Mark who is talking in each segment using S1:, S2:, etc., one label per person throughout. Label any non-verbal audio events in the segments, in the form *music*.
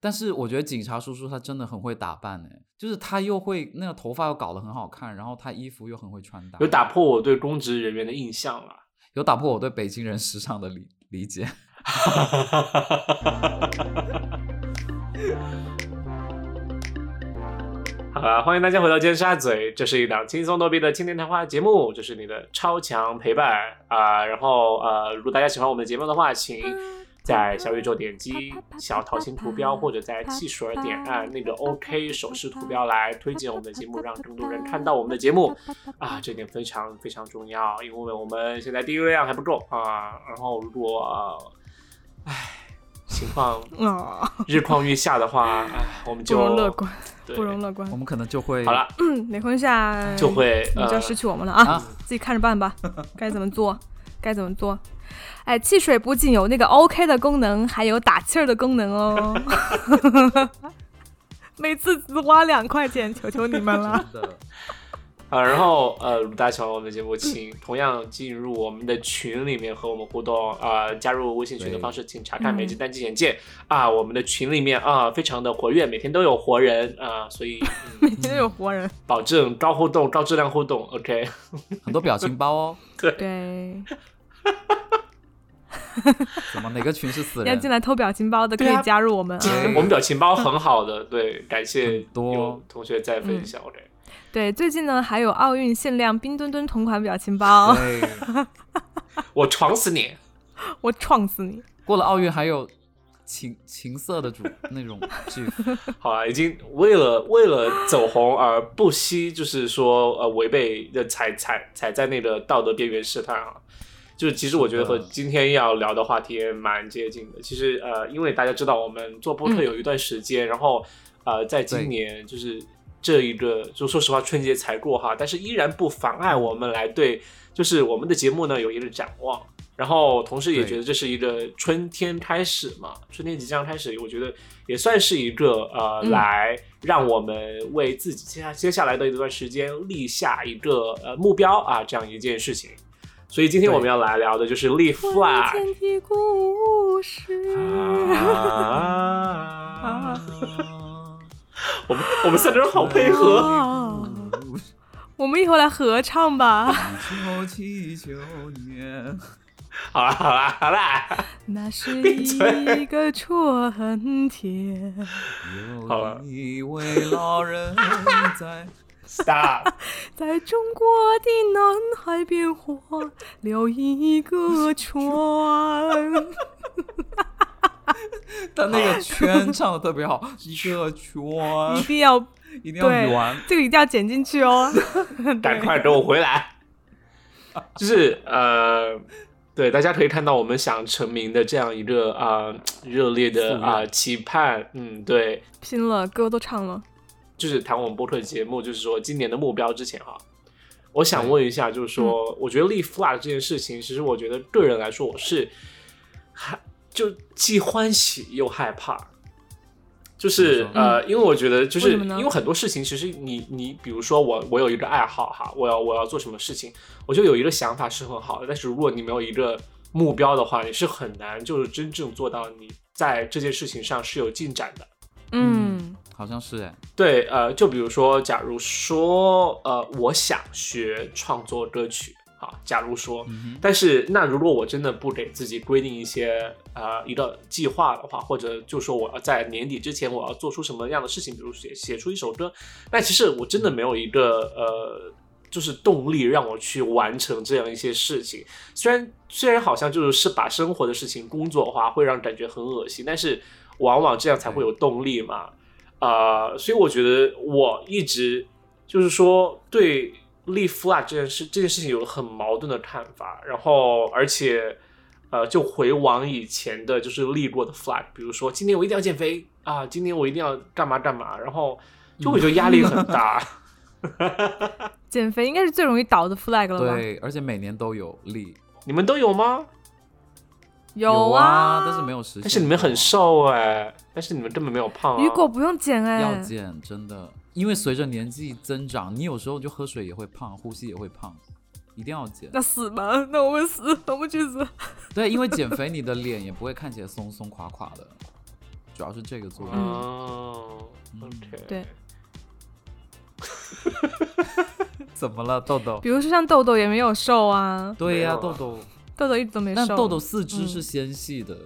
S1: 但是我觉得警察叔叔他真的很会打扮呢，欸就是他又会那个头发又搞得很好看，然后他衣服又很会穿搭，
S2: 有打破我对公职人员的印象了。 *laughs*
S1: 有打破我对北京人时尚的理理解。
S2: 好了，欢迎大家回到尖沙咀，这是一档轻松逗比的青年谈话节目，这是你的超强陪伴啊、然后呃，如果大家喜欢我们的节目的话，请在小宇宙点击小桃心图标，或者在汽水儿点按那个 OK 手势图标来推荐我们的节目，让更多人看到我们的节目。啊，这点非常非常重要，因为我们现在订阅量还不够啊。然后如果，呃唉，情况
S3: 哦，
S2: 日况月下的话，唉，我们 *laughs*
S3: 不
S2: 就
S3: 容乐观，
S2: 对
S3: 不容乐观
S1: *laughs* 我。们可能就会
S2: 好了，
S3: 嗯，每坤下
S2: 就会
S3: 你
S2: 呃
S3: 就要失去我们了啊！
S1: 啊
S3: 自己看着办吧，该怎么做该怎么做。哎，汽水不仅有那个 OK 的功能，还有打气儿的功能哦。 *laughs* 每次只花两块钱，求求你们了。
S1: 真的
S2: 啊，然后呃，如果大家喜欢我们的节目，请同样进入我们的群里面和我们互动啊、加入微信群的
S1: 对
S2: 方式，请查看每
S3: 嗯
S2: 期单集简介、啊。我们的群里面啊，非常的活跃，每天都有活人啊，所以、嗯、
S3: 每天都有活人，
S2: 保证高互动、高质量互动。OK，
S1: 很多表情包哦，
S3: 对，
S1: 怎么哪个群是死
S3: 要
S1: 人
S3: 进？来偷表情包的可
S2: 对啊
S3: 以加入我们啊。
S1: 对
S2: 我们表情包很好 *laughs* 的，对，感谢
S1: 很多
S2: 有同学在分享。OK，
S3: 对，最近呢还有奥运限量冰墩墩同款表情包，
S1: 对，
S2: 我闯死你！
S3: 我撞死你！
S1: 过了奥运还有情情色的主那种剧，
S3: *laughs*
S2: 好啊，已经为了为了走红而不惜，就是说呃违背呃踩踩踩在那个道德边缘试探啊。就是其实我觉得和
S1: 是的
S2: 今天要聊的话题也蛮接近的。其实呃，因为大家知道我们做播客
S3: 嗯
S2: 有一段时间，然后呃，在
S1: 对
S2: 今年就是这一个，就说实话春节才过哈，但是依然不妨碍我们来对，就是我们的节目呢有一个展望。然后同时也
S1: 对
S2: 觉得这是一个春天开始嘛，春天即将开始，我觉得也算是一个呃，
S3: 嗯
S2: 来让我们为自己接下接下来的一段时间立下一个呃目标啊，这样一件事情。所以今天
S1: 对
S2: 我们要来聊的就是立
S3: 我的
S2: flag
S3: 天地故事。
S2: 啊。我们我们三个人好配合，
S3: 哦
S1: *laughs*
S3: 我们一会儿来合唱吧。 *laughs*
S1: 一九七九年，
S3: 哦
S2: 好啦好啦好啦，
S3: 那是
S2: 闭嘴
S3: 一个春天。
S2: 好了
S1: 有一位老人在。
S3: *laughs*
S2: stop，
S3: 在中国的南海边划了一个圈，
S1: 但那
S2: *laughs*
S1: 个圈唱的特别好，一个圈
S3: *laughs* 一定要
S1: 一定要
S3: 对
S1: 圆，
S3: 这个一定要剪进去 *laughs* 哦。
S2: 赶快给我回来！就是呃，对，大家可以看到我们想成名的这样一个啊、呃热烈的
S1: 夙愿
S2: 啊、呃期盼，嗯，对，
S3: 拼了，歌都唱了，
S2: 就是谈我们播客节目，就是说今年的目标之前啊，我想问一下，就是说，
S3: 嗯
S2: 我觉得立 flag 这件事情，其实我觉得个人来说，我是还就既欢喜又害怕。就是
S1: 怎么
S3: 说
S2: 呃，因为我觉得，就是
S3: 嗯为什么呢
S2: 因为很多事情，其实你你比如说我我有一个爱好哈，我要我要做什么事情，我就有一个想法是很好的，但是如果你没有一个目标的话，你是很难就是真正做到你在这件事情上是有进展的。
S3: 嗯，
S1: 好像是哎，
S2: 对，呃，就比如说，假如说，呃，我想学创作歌曲啊，假如说，
S1: 嗯
S2: 但是那如果我真的不给自己规定一些呃一个计划的话，或者就说我要在年底之前我要做出什么样的事情，比如写写出一首歌，那其实我真的没有一个呃就是动力让我去完成这样一些事情。虽然虽然好像就是是把生活的事情工作化，会让感觉很恶心，但是往往这样才会有动力嘛。呃，所以我觉得我一直就是说对立 flag 这件事这件事情有了很矛盾的看法，然后而且呃，就回往以前的就是立过的 flag，比如说今年我一定要减肥啊，今年我一定要干嘛干嘛，然后
S3: 嗯
S2: 就会觉得压力很大。 *laughs*
S3: 减肥应该是最容易倒的 flag 了
S1: 哼，
S3: 吧？
S1: 对，而且每年都有力，
S2: 你们都有吗？
S1: 有
S3: 啊，
S1: 但是没有实现。
S2: 但是你们很，瘦哎、但是你们根本没有胖、啊。
S3: 雨果不用减哎、
S1: 要减真的，因为随着年纪增长，你有时候就喝水也会胖，呼吸也会胖，一定要减。
S3: 那死吧，那我们死，我们去死。
S1: 对，因为减肥你的脸也不会看起来松松垮垮的，主要是这个作用。
S3: 嗯
S2: 哦，OK，
S3: 对，
S1: 怎么了，豆豆？
S3: 比如说像豆豆也没有瘦啊，
S1: 对呀、
S2: 没有啊
S1: 豆豆，
S3: 豆豆一直都没
S1: 但
S3: 瘦，
S1: 豆豆四肢
S3: 嗯
S1: 是纤细的，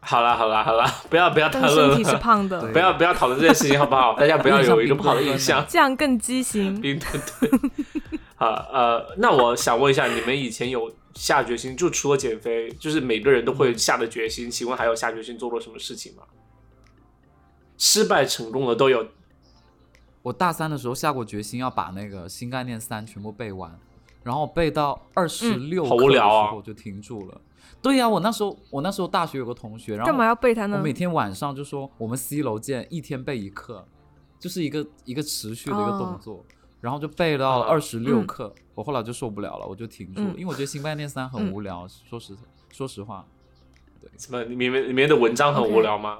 S2: 好啦好啦好啦，不要不要
S3: 但
S2: 谈
S3: 身
S2: 论
S3: 体是
S2: 了，
S3: 胖的
S1: 对，
S2: 不要不要讨论这件事情好不好？大家不
S3: *laughs*
S2: 要有一个不好的印象。
S3: 这样更畸形。
S2: 冰墩 *laughs* 墩。啊呃，那我想问一下，你们以前有下决心，就除了减肥，就是每个人都会下的决心，请问还有下决心做过什么事情吗？失败、成功的都有。
S1: 我大三的时候下过决心要把那个新概念三全部背完，然后背到二十六课
S2: 嗯好
S1: 的
S2: 无
S1: 时
S2: 聊啊
S1: 候就停住了。对呀、我那时候我那时候大学有个同学，然后
S3: 干嘛要背它
S1: 我
S3: 呢？
S1: 每天晚上就说我们 C 楼见，一天背一课，就是一个一个持续的一个动作，然后就背到
S2: 啊
S1: 二十六
S3: 哦嗯
S1: 课，我后来就受不了了，我就停住了，
S3: 嗯
S1: 因为我觉得新概念三很无聊，说实说实话，
S2: 什么？里面里面的文章很
S3: OK
S2: 无聊
S1: 嗯
S2: 吗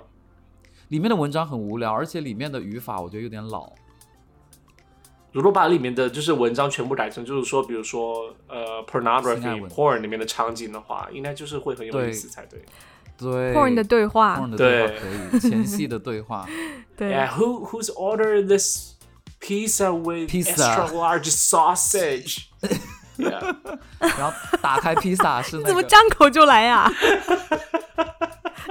S1: 里面的文章很无聊，而且里面的语法我觉得有点老，
S2: 如果把里面的就是文章全部改成，就是说，比如说呃
S1: 性爱
S2: ，pornography、
S1: 文
S2: porn 里面的场景的话，应该就是会很有意思才对。
S1: 对
S3: porn 的对话，
S1: porn 的
S2: 对
S1: 话可以，前戏的对话，
S3: 对
S1: 哎
S2: Yeah, who who's ordered this pizza with
S1: Pizza.
S2: extra large
S1: *laughs*
S2: sausage? yeah.
S1: 然后打开披
S3: *laughs*
S1: 萨是
S3: 你
S1: 那
S3: 怎么
S1: 个。
S3: 张口就
S1: *laughs*
S3: 来呀、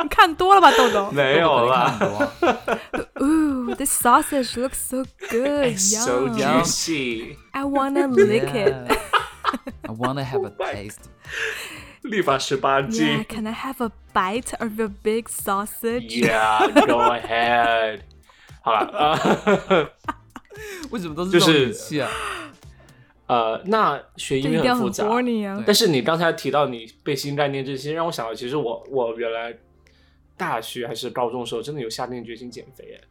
S3: 你看多了吧，豆豆。
S2: *laughs* 没有啦
S1: 了， *laughs*
S3: *laughs* Ooh, this sausage looks so good.
S2: It's so
S3: Yum.
S2: juicy。
S3: I wanna lick it.
S1: Yeah. I wanna
S2: *laughs*
S1: have a taste.
S2: 立法十八
S3: Yeah,
S2: 禁。
S3: can I have a bite of your big sausage?
S2: Yeah, go ahead。好了，呃，
S1: 为什么都是这种
S2: 就是
S1: 语气啊？
S2: 呃，那学
S3: 这
S2: 音
S3: 一
S2: 乐
S3: 定要
S2: 复
S3: 很 *laughs*
S2: 杂。
S3: horny 啊
S1: 对！
S2: 但是你刚才提到你背新概念这些，让我想到，其实我我原来大学还是高中的时候，真的有下定决心减肥，哎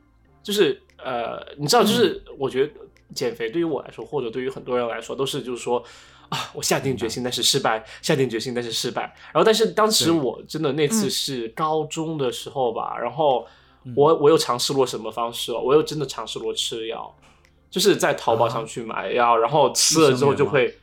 S2: 就是呃，你知道，
S1: 嗯
S2: 就是我觉得减肥对于我来说，或者对于很多人来说，都是就是说啊，我下定决心，但是失败，下定决心，但是失败。然后，但是当时
S1: 对
S2: 我真的那次
S3: 嗯
S2: 是高中的时候吧，然后
S1: 嗯
S2: 我我有尝试过什么方式哦，我有真的尝试过吃药，就是在淘
S1: 啊
S2: 宝上去买药，然后吃了之后就会，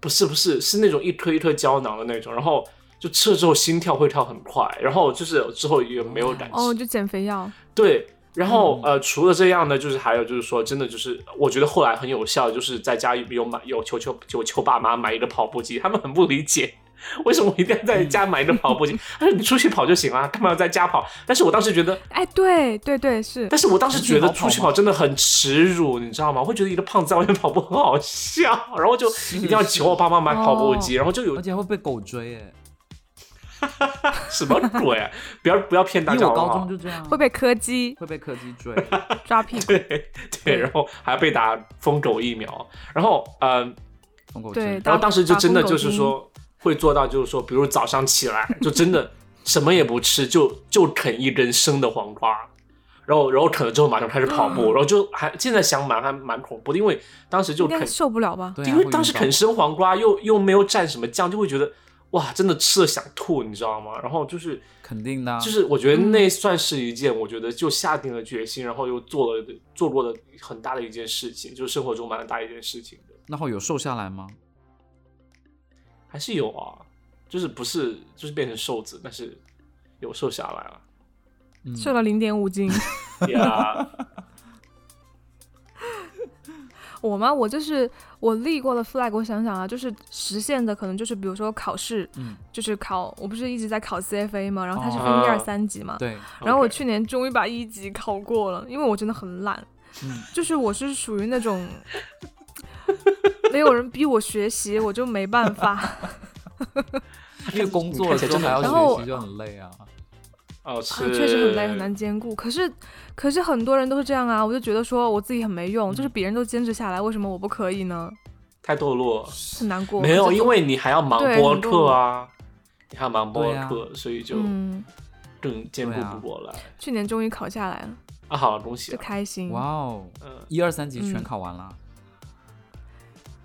S2: 不是不是是那种一颗一颗胶囊的那种，然后就吃了之后心跳会跳很快，然后就是之后也没有感觉，
S3: 哦，就减肥药。
S2: 对。然后呃，除了这样呢，就是还有就是说，真的就是我觉得后来很有效，就是在家有有买有求求求求爸妈买一个跑步机，他们很不理解。 *laughs* 为什么我一定要在家买一个跑步机？ *laughs* 他说你出去跑就行了，干嘛要在家跑？但是我当时觉得
S3: 哎，对对对，是
S2: 但是我当时觉得出去
S1: 跑
S2: 跑真的很耻辱，你知道吗？我会觉得一个胖子在外面跑步很好笑，然后就一定要求我爸妈买跑步机，然后就有
S1: 而且会被狗追哎，
S2: 什么鬼、 *laughs* 啊？不要不要骗大
S1: 因
S2: 家
S1: 为
S2: 好
S1: 我高
S2: 不
S1: 中
S2: 好？
S1: 就这样啊，
S3: 会被柯基
S1: 会被柯基追。
S3: 抓屁股。
S2: *laughs* 对对，然后还要被打疯狗疫苗，然后嗯、
S1: 疯狗
S3: 对
S1: 追，
S2: 然后当时就真的
S3: 打疯
S2: 就
S3: 狗
S2: 是说会做到，就是说，比如早上
S1: *laughs*
S2: 起来就真的什么也不吃，就就啃一根生的黄瓜，然后然后啃了之后马上开始跑
S1: 啊
S2: 步，然后就还现在想蛮还蛮恐怖的，因为当时就
S3: 应
S2: 啃
S3: 该受不了吧？
S1: 对啊，
S2: 因为
S1: 会
S2: 当
S1: 晕
S2: 时
S1: 倒
S2: 啃生黄瓜又又没有蘸什么酱，就会觉得哇，真的吃了想吐，你知道吗？然后就是
S1: 肯定的啊，
S2: 就是我觉得那算是一件，我觉得就下定了决心，然后又做了做过的很大的一件事情，就是生活中蛮大一件事情的，
S1: 那会有瘦下来吗？
S2: 还是有啊，就是不是就是变成瘦子，但是有瘦下来
S1: *laughs*
S2: 了。
S1: 嗯，
S3: 瘦了零点五斤。
S2: 呀，
S3: 我吗？我就是我立过的 flag，我想想啊，就是实现的可能就是比如说考试，
S1: 嗯
S3: 就是考，我不是一直在考 CFA 嘛，然后它是分
S2: 哦
S3: 一二三级嘛，
S1: 对，
S3: 然后我
S2: OK
S3: 去年终于把一级考过了，因为我真的很懒，
S1: 嗯
S2: *laughs*
S3: 就是我是属于那种没有人逼我学习，我就没办
S2: *laughs*
S3: 法。啊
S1: 因为工作了之后还要
S3: 然后
S1: 学习就很累啊。
S2: 哦，
S3: 啊
S2: 是、，
S3: 确实很累，很难兼顾。可是，可是很多人都是这样啊，我就觉得说我自己很没用，就是
S2: 嗯
S3: 别人都坚持下来，为什么我不可以呢？
S2: 太堕落。
S3: 很难过。
S2: 没有，
S3: 我就
S2: 因为你还要忙
S3: 对
S2: 播
S3: 很堕
S2: 客
S3: 落
S2: 啊，你还要忙播
S1: 对啊
S2: 客，所以就
S3: 嗯，
S2: 更兼顾
S1: 对啊
S2: 不过来。
S3: 去年终于考下来了，
S2: 啊，好，恭喜
S3: 就
S2: 啊！
S3: 开心。
S1: 哇哦，
S2: 嗯，
S1: 一二三级全
S3: 嗯
S1: 考完了，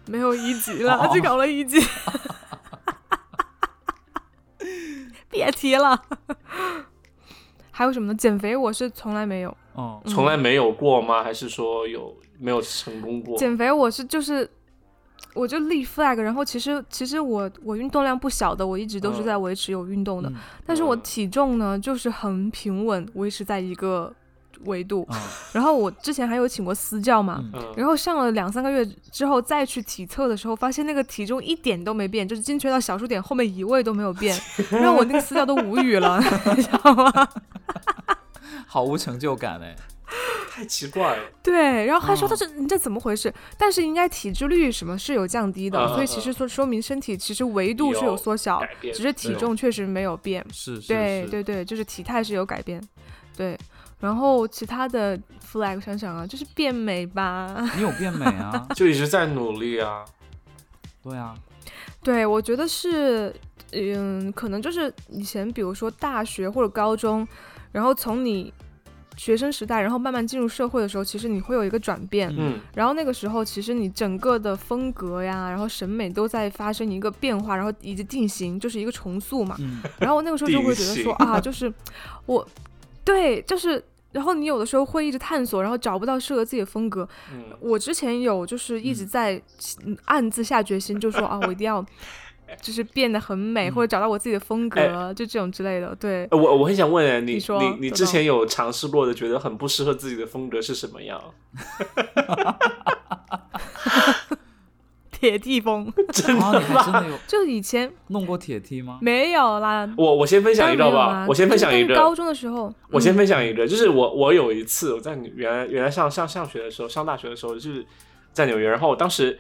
S3: 没有一级了，
S1: 哦
S3: 他只考了一 *laughs* 级。别提了，还有什么呢？减肥我是从来没有，
S1: 嗯，
S2: 从来没有过吗？还是说有没有成功过？
S3: 减肥我是就是我就立 flag，然后其实其实我我运动量不小的，我一直都是在维持有运动的，
S1: 嗯
S3: 但是我
S2: 嗯
S3: 体重呢就是很平稳，维持在一个维度。
S1: 啊，
S3: 然后我之前还有请过私教嘛，
S1: 嗯
S2: 嗯
S3: 然后上了两三个月之后再去体测的时候，发现那个体重一点都没变，就是精确到小数点后面一位都没有变，让我那个私教都无语了， *laughs* 你知道吗？
S1: 好无成就感哎。
S2: 太奇怪了。
S3: 对，然后还说
S1: 嗯
S3: 他这你这怎么回事？但是应该体脂率什么是有降低的，
S2: 嗯
S3: 所以
S2: 嗯
S3: 其
S2: 嗯
S3: 实说说明身体其实维度是
S2: 有
S3: 有缩小，
S2: 改变 *laughs*
S3: 只是体
S1: 对
S3: 重确实没有变。
S1: 是是
S3: 对
S1: 是
S3: 对对，就是体态是有改变，对。然后其他的 flag 想想啊，就是变美吧。
S1: 你有变美啊，
S2: 就一直在努力啊。
S1: 对啊，
S3: 对，我觉得是，嗯，可能就是以前比如说大学或者高中，然后从你学生时代，然后慢慢进入社会的时候，其实你会有一个转变。
S2: 嗯
S3: 然后那个时候，其实你整个的风格呀，然后审美都在发生一个变化，然后以及定型，就是一个重塑嘛。
S2: *laughs*
S1: 嗯，
S3: 然后我那个时候就会觉得
S2: 定
S3: 说
S2: 型
S3: 啊，就是我，对，就是，然后你有的时候会一直探索，然后找不到适合自己的风格。
S2: 嗯，
S3: 我之前有就是一直在嗯暗自下决心，就说啊，我一
S2: *laughs*
S3: 定要就是变得很美，
S2: 嗯
S3: 或者找到我自己的风
S2: 哎
S3: 格，就这种之类的。对，
S2: *laughs* 呃我我很想问哎，你
S3: 你说
S2: 你你
S3: 豆豆
S2: 之前有尝试过的，觉得很不适合自己的风格是什么样？
S3: 铁梯风，
S1: 啊，你还真的有
S3: 就以前
S1: 弄过铁梯吗？
S3: 没有啦。
S2: 我我先分享一
S3: 当然
S2: 个
S3: 没有
S2: 吧
S3: 啦，
S2: 我先分享一
S3: 就是
S2: 个。
S3: 高中的时候，
S2: 我先
S3: 嗯
S2: 分享一个，就是我我有一次我在纽原来原来上上上学的时候，上大学的时候就是在纽约，然后当时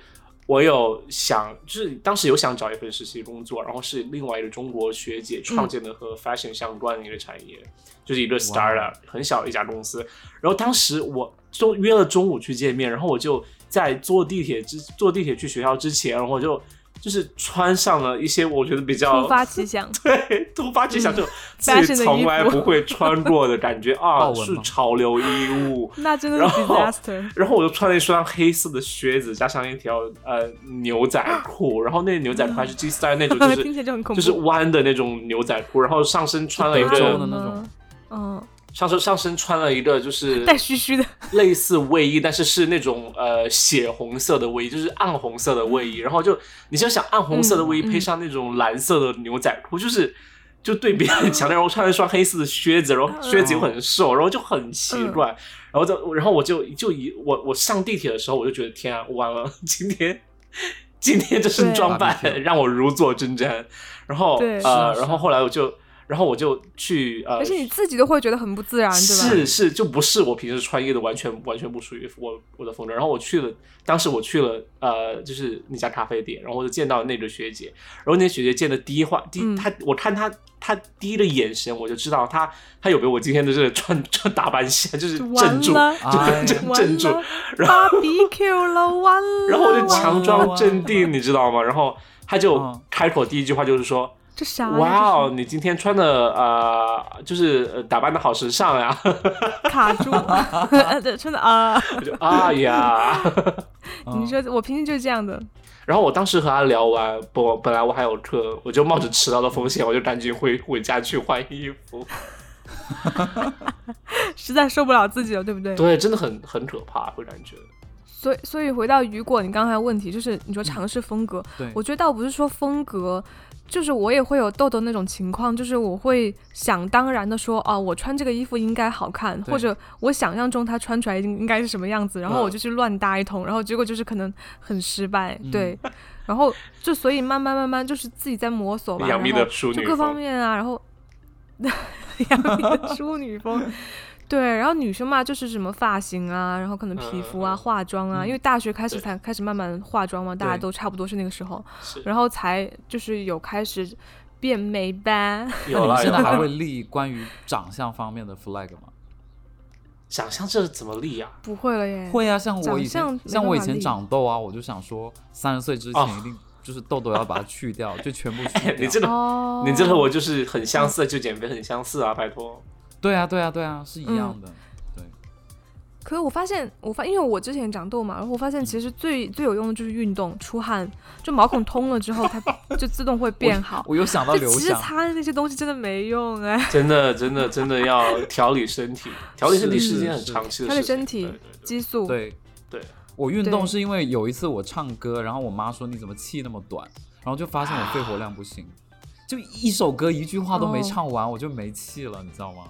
S2: 我有想，就是当时有想找一份实习工作，然后是另外一个中国学
S3: 嗯
S2: 姐创建的和 fashion 相关的一个产业，就是一
S3: 哦
S2: 个 startup 很小的一家公司，然后当时我就约了中午去见面，然后我就在坐地铁之坐地铁去学校之前，然后我就就是穿上了一些我觉得比较
S3: 突发奇想，
S2: 对，突发奇想这种
S3: 嗯
S2: 自己
S3: fashion 的
S2: 从
S3: 衣服
S2: 来不会穿过的感觉啊，
S1: 豹纹
S2: 是
S1: 吗
S2: 潮流衣物。
S3: 那真的
S2: 然
S3: 是
S2: 后
S3: disaster。
S2: 然后我就穿了一双黑色的靴子，加上一条呃牛仔
S3: *gasps*
S2: 裤，然后那个牛仔裤还是 G Star 那种， *laughs* 就
S3: *laughs* 听起
S2: 是
S3: 来就很恐怖。
S2: 就是弯的那种牛仔裤，然后上身穿了一
S1: 德州
S2: 个
S1: 啊
S2: 呃
S1: 的那种
S3: 嗯，
S2: 上身上身穿了一个就是
S3: 带须须的，
S2: 类似卫衣，但是是那种呃血红色的卫衣，就是暗红色的卫
S3: *laughs*
S2: 衣。然后就你就想暗红色的卫衣
S3: 嗯嗯
S2: 配上那种蓝色的牛仔裤，就是就对比很强烈。然后穿了一双黑色的靴子，然后靴子又很瘦，然后就很奇怪。
S3: 嗯
S2: 然后就然后我就就一我我上地铁的时候，我就觉得天啊，完了，今天。今天这身
S3: 对
S2: 装扮
S1: barbecue
S2: 让我如坐针毡，然后
S3: 对是
S1: 啊
S2: 呃，
S1: 是
S2: 然后后来我就，然后我就去呃，
S3: 而且你自己都会觉得很不自然，对吧？
S2: 是是，就不是我平时穿衣的，完全完全不属于我我的风格。然后我去了，当时我去了呃，就是那家咖啡店，然后我就见到那个学姐，然后那学姐见的第一话，第
S3: 嗯
S2: 她我看她她第一个眼神，我就知道她她有被我今天的这个穿 *laughs* 穿打扮下，就是
S3: 完
S2: 镇住，
S3: 了，
S1: 哎呀
S2: 就镇镇住。然
S3: 芭比 Q 了，完了。
S2: 然后我就
S3: 完了
S2: 强装镇定，
S1: 哇
S2: 你知道吗？然后她就
S1: 嗯
S2: 开口第一句话就是说。
S3: 这啥呀？
S2: 哇哦，你今天穿的呃，就是呃打扮的好时尚呀！
S3: 这是卡
S1: *laughs*
S3: 住，呃对真的啊！
S2: 我就啊呀，
S1: 嗯
S3: 你说我平时就是这样的，
S2: 然后我当时和他聊完，本本来我还有课，我就冒着迟到的风险，我就赶紧回回家去换衣服。
S3: 实在受不了自己了，对不对？
S2: 对，真的很很可怕，会感觉。
S3: 所以，所以回到雨果你刚才的问题，就是你说尝试风格，
S1: 对，
S3: 我觉得倒不是说风格，就是我也会有痘痘那种情况，就是我会想当然的说，哦，我穿这个衣服应该好看，
S1: 对
S3: 或者我想象中它穿出来应应该是什么样子，然后
S2: 嗯
S3: 我就去乱搭一通，然后结果就是可能很失败，
S1: 嗯
S3: 对。然后就所以慢慢慢慢就是自己在摸索嘛，
S2: 杨幂
S3: 然后
S2: 的淑
S3: 就
S2: 女
S3: 各方
S2: 风，
S3: 面啊，然
S2: *laughs*
S3: 后杨幂的淑女风。对，然后女生嘛，就是什么发型啊，然后可能皮肤啊、
S2: 嗯嗯嗯
S3: 化妆啊，
S1: 嗯
S3: 因为大学开始
S2: 对
S3: 才开始慢慢化妆嘛，大家
S1: 对
S3: 都差不多是那个时候，
S2: 是
S3: 然后才就是有开始变美吧。
S1: 那
S2: *laughs*
S1: 你
S2: 有
S1: 们
S2: 了
S1: 现
S2: 有
S1: 在还
S2: 了。
S1: 会立关于长相方面的 flag 吗？
S2: 长相这怎么立 *laughs* 呀、
S3: *laughs* 不会了耶，
S1: 会啊，像我以
S3: 长相
S1: 前
S3: 没，
S1: 像我以
S3: 办法
S1: 前
S3: 立
S1: 长痘啊，我就想说三十岁之
S2: 哦
S1: 前一定就是痘痘要把它去掉，就全部去掉。
S2: *laughs* 哎你这个、
S3: 哦，
S2: 你这和我就是很相似，就减肥很相似啊，拜托。
S1: 对啊，对啊，对啊，是一样
S3: 嗯
S1: 的。
S3: 可是我发现，我发因为我之前长痘嘛，然后我发
S2: 嗯
S3: 现其实最、最有用的就是运动、出汗，就毛孔通了之后，
S2: *laughs*
S3: 它就自动会变好。
S1: 我又想到
S3: 就
S1: 刘
S3: 其实
S1: 翔，
S3: 擦那些东西真的没用哎，
S2: 真的真的真的要调理身体，调理身体
S1: 是
S2: 是一件很
S1: 是
S2: 长期的
S3: 调
S2: 事情。
S3: 理身体
S2: 对对对
S3: 激素
S1: 对
S2: 对
S1: 我运动
S3: 对
S1: 是因为有一次我唱歌，然后我妈说你怎么气那么短，然后就发现我肺活量不行，就一首歌一句话都没
S3: 啊哦
S1: 唱完，我就没气了，你知道吗？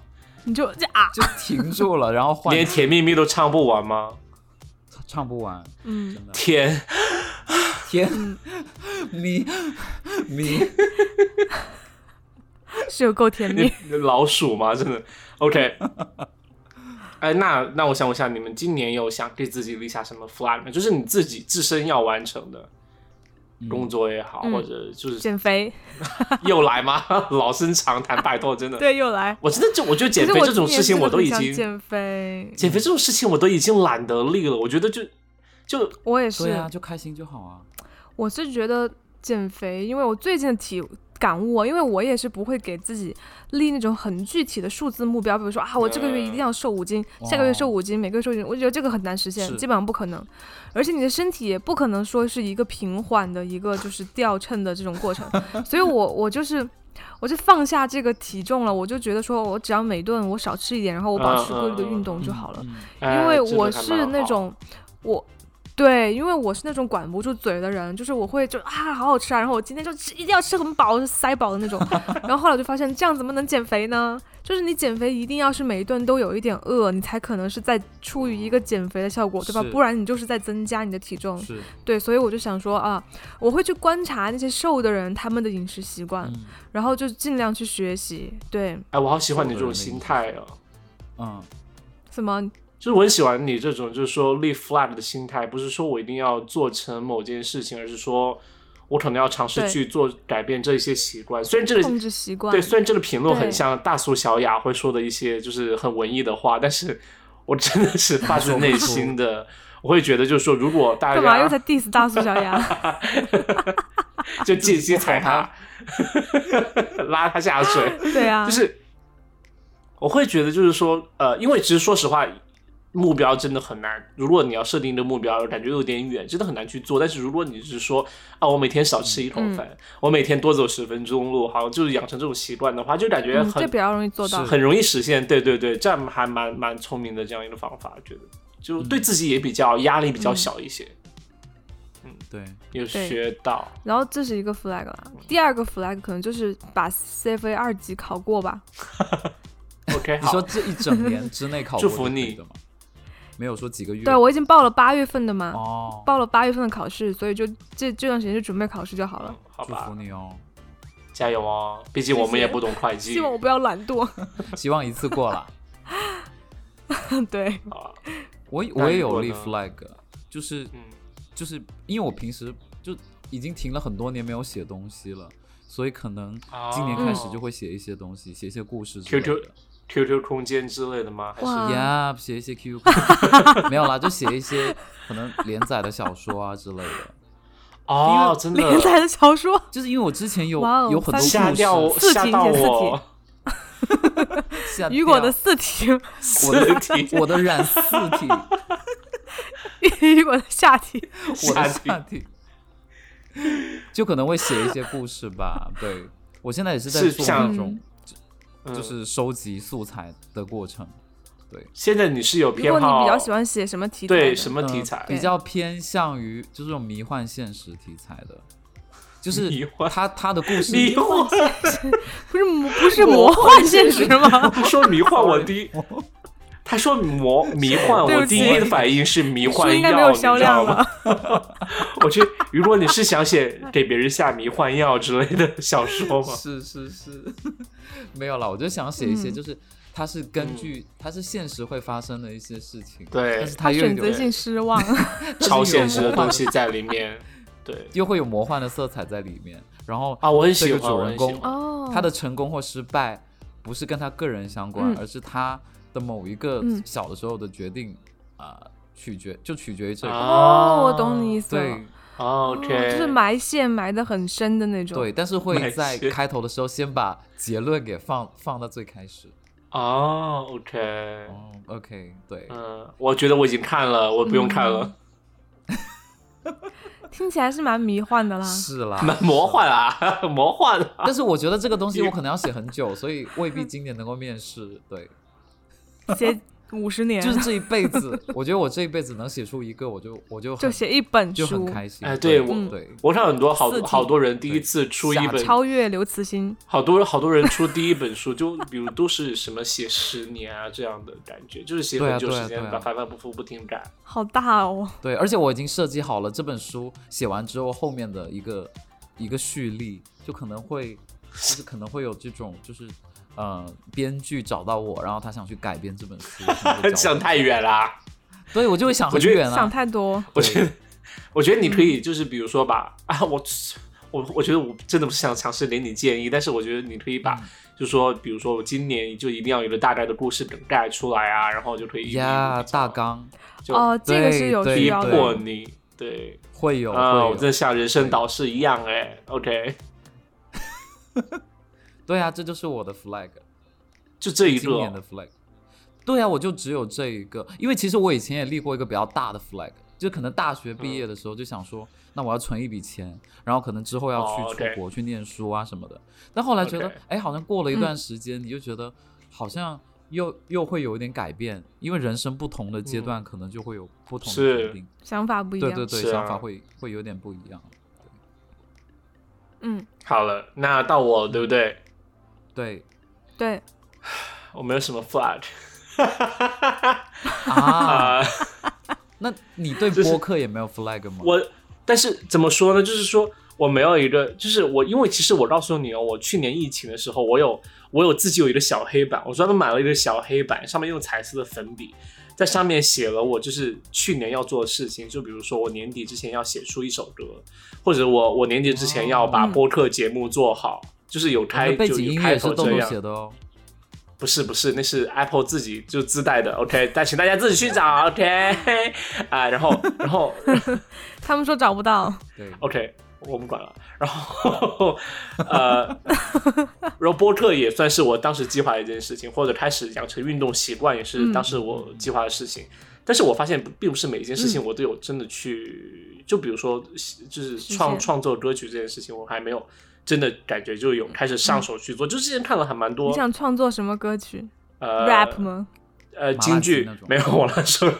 S3: 你就这啊，
S1: 就停住了，然后换
S2: 连甜蜜蜜都唱不完吗？
S1: 唱不完，
S3: 嗯，
S1: 真的
S2: 天，
S1: 天
S2: *laughs*
S1: 你你
S3: 是有够
S2: *laughs*
S3: 甜蜜。
S2: 老鼠吗？真的，OK。哎，那那我想问一下，你们今年有想给自己立下什么 flag 吗？就是你自己自身要完成的工作也好，
S3: 嗯
S2: 或者就是
S3: 减肥，
S2: 又来吗？ *laughs* 老生常谈，拜托，真的。
S3: 对，又来。
S2: 我真的就我觉得减
S3: 其
S2: 肥
S3: 实我
S2: 这种
S3: 今
S2: 事情，
S3: 年真的
S2: 我都
S3: 很
S2: 已
S3: 想
S2: 经
S3: 减肥，
S2: 减肥这种事情我都已经懒得立了。我觉得就就
S3: 我也是。
S1: 对啊，就开心就好啊。
S3: 我是觉得减肥，因为我最近的体感悟啊，因为我也是不会给自己立那种很具体的数字目标，比如说啊，我这个月一定要瘦五斤，
S1: 嗯
S3: 下个月瘦五斤，每个月瘦五斤，我觉得这个很难实现
S1: 是，
S3: 基本上不可能。而且你的身体也不可能说是一个平缓的一个就是掉秤的这种
S1: *laughs*
S3: 过程，所以我我就是。我就放下这个体重了，我就觉得说，我只要每顿我少吃一点，然后我保持规律的运动就好了。
S1: 嗯，
S2: 哎
S3: 因为
S2: 这个
S3: 我
S2: 还蛮
S3: 是那
S2: 好
S3: 种，我对，因为我是那种管不住嘴的人，就是我会就啊好好吃啊，然后我今天就吃一定要吃很饱，塞饱的那
S2: *laughs*
S3: 种。然后后来我就发现，这样怎么能减肥呢？就是你减肥一定要是每一顿都有一点饿，你才可能是在出于一个减肥的效果，对吧
S1: 是？
S3: 不然你就是在增加你的体重。
S1: 是，
S3: 对，所以我就想说啊，我会去观察那些瘦的人他们的饮食习惯，
S1: 嗯
S3: 然后就尽量去学习。对，
S2: 哎，我好喜欢你这种心态哦。
S1: 嗯，
S3: 什么？
S2: 就是我很喜欢你这种，就是说立 flag 的心态，不是说我一定要做成某件事情，而是说我可能要尝试
S3: 对
S2: 去做改变这一些习惯。虽然这
S3: 控
S2: 个
S3: 制习惯。
S2: 对，虽然这个评论很
S3: 对
S2: 像大苏小雅会说的一些就是很文艺的话，但是我真的是发自内心的，我会觉得就是说，如果大
S3: 干嘛又在
S2: 家
S3: diss 大苏小
S2: *laughs*
S3: 雅？
S2: 就借机踩他，
S3: *laughs*
S2: 拉他下水。
S3: 对啊，
S2: 就是我会觉得就是说，呃，因为其实说实话，目标真的很难。如果你要设定一个目标，感觉有点远，真的很难去做。但是如果你是说啊，我每天少吃一口
S3: 嗯
S2: 饭，我每天多走十分钟路，好，就是养成这种习惯的话，就感觉
S3: 嗯，
S2: 很、
S3: 这比较容易做到
S1: 是。
S2: 很容易实现。对对对，这样还蛮蛮聪明的这样一个方法，我觉得就对自己也比较压力比较小一些，
S3: 嗯
S1: 对，
S2: 有学到。
S3: 然后这是一个 flag 啦，第二个 flag 可能就是把 CFA 二级考过吧。
S2: OK，
S1: 你说
S2: 好，
S1: 这一整年之内考
S2: 祝
S1: 过
S2: 福
S1: 就可以
S2: 你
S1: 的吗？没有说几个月。
S3: 对我已经报了八月份的嘛，
S1: 哦，
S3: 报了八月份的考试，所以就这这段时间就准备考试就好了
S2: 嗯。好
S1: 祝
S2: 吧
S1: 福，你哦，
S2: 加油哦！毕竟我们也不懂会计
S3: 希，望我不要懒惰。
S1: 希望一次过
S2: *laughs*
S1: 了。
S3: *laughs* 对，
S2: 好吧，
S1: 我
S2: 那
S1: 我也
S2: 如果
S1: 有立
S2: 呢
S1: flag，就是
S2: 嗯。
S1: 就是因为我平时就已经停了很多年没有写东西了，所以可能今年开始
S2: 哦
S3: 嗯
S1: 就会写一些东西，写一些故事之类
S2: QQ
S1: 的。
S2: QQ 空间之类的吗？还是
S3: 哇
S1: Yeah，写一些 QQ，没 *laughs* 有啦，就写一些可能连载的小说啊之类的。
S2: 哦，真的
S3: 连载的小说，
S1: 就是因为我之前有
S3: 哇哦
S1: 有很多故事，
S2: 吓掉我，
S3: 四
S2: 吓
S3: 题
S2: 到
S3: 写四
S2: 我，
S1: 吓
S3: 雨果
S1: 掉
S3: 的四题，
S2: *laughs* 四题，
S1: 我的染四
S2: *laughs*
S1: 体，
S3: 雨果的下题。
S2: *laughs*
S1: 我的
S2: 下题
S1: 下体，就可能会写一些故事吧。对我现在也是在
S2: 是
S1: 做
S2: 像
S1: 那种，
S2: 嗯
S1: 就是收集素材的过程。
S2: 现在你是有
S3: 如果
S2: 偏
S3: 你
S2: 好，
S3: 比较喜欢写什么题材的？
S2: 对什么
S1: 呃
S2: 题材？
S1: 比较偏向于就是这种迷幻现实题材的，就是
S2: 迷幻
S1: 他他的故事
S2: 迷幻，
S3: 不是魔不是魔幻现实吗？
S2: 他说迷幻，我第
S3: *laughs*
S2: 一，他说魔迷幻，
S3: 对
S2: 我
S3: 不
S2: 第
S3: 起
S2: 一反应是迷
S3: 书
S2: 幻
S3: 应该没
S2: 药，
S3: 有
S2: 你知
S3: 销
S2: 道
S3: 量
S2: 吗？
S3: 了。
S2: 我去，如果你是想写给别人下迷幻药之类的小
S3: *laughs*
S2: 说吗？
S1: 是是是， *laughs* 没有啦，我就想写一些，
S3: 嗯
S1: 就是它是根据、它是现实会发生的一些事情，
S2: 嗯对
S1: 但是，它
S3: 他
S1: 又
S3: 选
S1: 有
S3: 择性失望。
S2: 超现实的东西在里面，对
S1: 又会有魔幻的色彩在里面。然后
S2: 啊，我很
S1: 这
S2: 喜
S1: 个
S2: 欢，
S1: 主
S2: 我很
S1: 人
S2: 喜
S1: 公
S2: 欢。
S3: 哦，
S1: 他的成功或失败不是跟他个人相关，
S3: 嗯
S1: 而是他的某一个
S3: 嗯
S1: 小的时候的决定啊、取决就取决于这个。
S2: 哦
S3: 哦，我懂你意思了。
S1: 对
S2: 哦
S3: 哦
S2: ，OK，
S3: 就是埋线埋的很深的那种。
S1: 对，，但是
S2: 买
S1: 会在
S2: 鞋
S1: 开头的时候先把结论给放放到最开始。
S2: 哦，OK，
S1: 哦，OK，对，
S2: 嗯，我觉得我已经看了，我不用看
S1: *laughs*
S2: 了，
S3: 听起来是蛮迷幻的啦。
S1: 是啦，
S2: 蛮魔幻啊， *laughs* 魔幻啊。
S1: *laughs* 但是我觉
S3: *laughs*
S1: 得这个东西我可能要写很久，所以未必今年能够面试。对，
S3: 写五十年，
S1: 就是这一辈子，我觉得我这一辈子能写出一个，我就我就
S3: 就
S1: 就
S3: 写一本
S1: 就很
S3: 书，
S1: 开心。
S2: 哎
S1: 对
S2: 对我
S1: 对，
S2: 我看很多好
S3: 四体
S2: 好多人第一次出一
S1: 对
S2: 本，
S3: 超越刘慈欣。
S2: 好多好多人出第一本书， *laughs* 就比如都是什么写十年啊这样的感觉，就是写
S1: 对啊
S2: 很久
S1: 对啊
S2: 时间
S1: 对，啊
S2: 把反反复复不停改。
S3: 好大哦！
S1: 对，而且我已经设计好了这本书写完之后后面的一个一个蓄力，就可能会就是可能会有这种就是呃编剧找到我，然后他想去改编这本书，想
S2: *laughs*
S1: 去找
S2: 想
S1: 我
S2: 太远啦，
S1: 对我就会想
S2: 我
S1: 很
S2: 觉得
S1: 远
S3: 想
S1: 啊，
S3: 太多，
S2: 我觉得，我觉得你可
S1: 嗯
S2: 以就是比如说把啊，我我我觉得我真的不是想尝试给你建议，但是我觉得你可以
S1: 嗯
S2: 把。就说，比如说我今年就一定要有一个大概的故事梗概出来啊，然后就可以一步一步
S1: 呀
S2: 地
S1: 大纲
S2: 就
S3: 哦，这个是有需
S2: 逼
S3: 要
S1: 对对
S2: 迫
S3: 的。
S2: 你，对，
S1: 会有
S2: 啊，我
S1: 会
S2: 真
S1: 有，
S2: 的像人生导师一样哎，OK，
S1: 对啊，这就是我的 flag。
S2: 就这一
S1: 今年的
S2: 个，
S1: flag。对啊，我就只有这一个，因为其实我以前也立过一个比较大的 flag，就可能大学毕业
S2: 嗯
S1: 的时候就想说，那我要存一笔钱，然后可能之后要去出
S2: 哦，OK
S1: 国、去念书啊什么的。但后来觉得
S2: OK，嗯
S1: 哎好像过了一段时间，你就觉得好像又又会有一点改变，因为人生不同的阶段可能就会有不同的
S2: 嗯是
S1: 决定，
S3: 想法不一
S1: 对
S3: 样。
S1: 对对，
S2: 是啊
S1: 想法会会有点不一样。
S3: 嗯，
S2: 好了，那到我对不对？ *laughs*
S1: 对
S3: 对，
S2: 我没有什么 flag *laughs*
S1: 啊，
S2: 啊，
S1: 那你对
S2: 就是
S1: 播客也没有 flag 吗？
S2: 我但是怎么说呢？就是说我没有一个，就是我因为其实我告诉你哦，我去年疫情的时候，我有我有自己有一个小黑板，我专门买了一个小黑板，上面用彩色的粉笔，在上面写了我就是去年要做的事情，就比如说我年底之前要写出一首歌，或者我我年底之前要把
S3: 嗯
S2: 播客节目做好，就是有
S1: 我
S2: 开
S1: 的啊背
S2: 就
S1: 景
S2: 有
S1: 音乐
S2: 开
S1: 也是
S2: 头
S1: 豆
S2: 这
S1: 豆
S2: 样。
S1: 写的哦。
S2: 不是不是，那是 Apple 自己就自带的，OK，但请大家自己去找，OK，啊，然后然后
S3: 他们说找不到，
S1: 对，
S2: OK，我不管了。然后呃，
S3: *laughs*
S2: 然后播客也算是我当时计划的一件事情，或者开始养成运动习惯也是
S3: 嗯
S2: 当时我计划的事情。但是我发现不并不是每一件事
S3: 嗯
S2: 情我都有真的去，就比如说就是
S3: 实
S2: 创
S3: 现
S2: 创作歌曲这件事情，我还没有真的感觉就有开始上手去做。就之前看了还蛮
S3: 嗯你
S2: 多
S3: 想创作什么歌曲
S2: 呃
S3: ？rap 吗？
S2: 呃
S1: 麻辣鸡
S2: 京剧
S1: 那种
S2: 没有我乱说。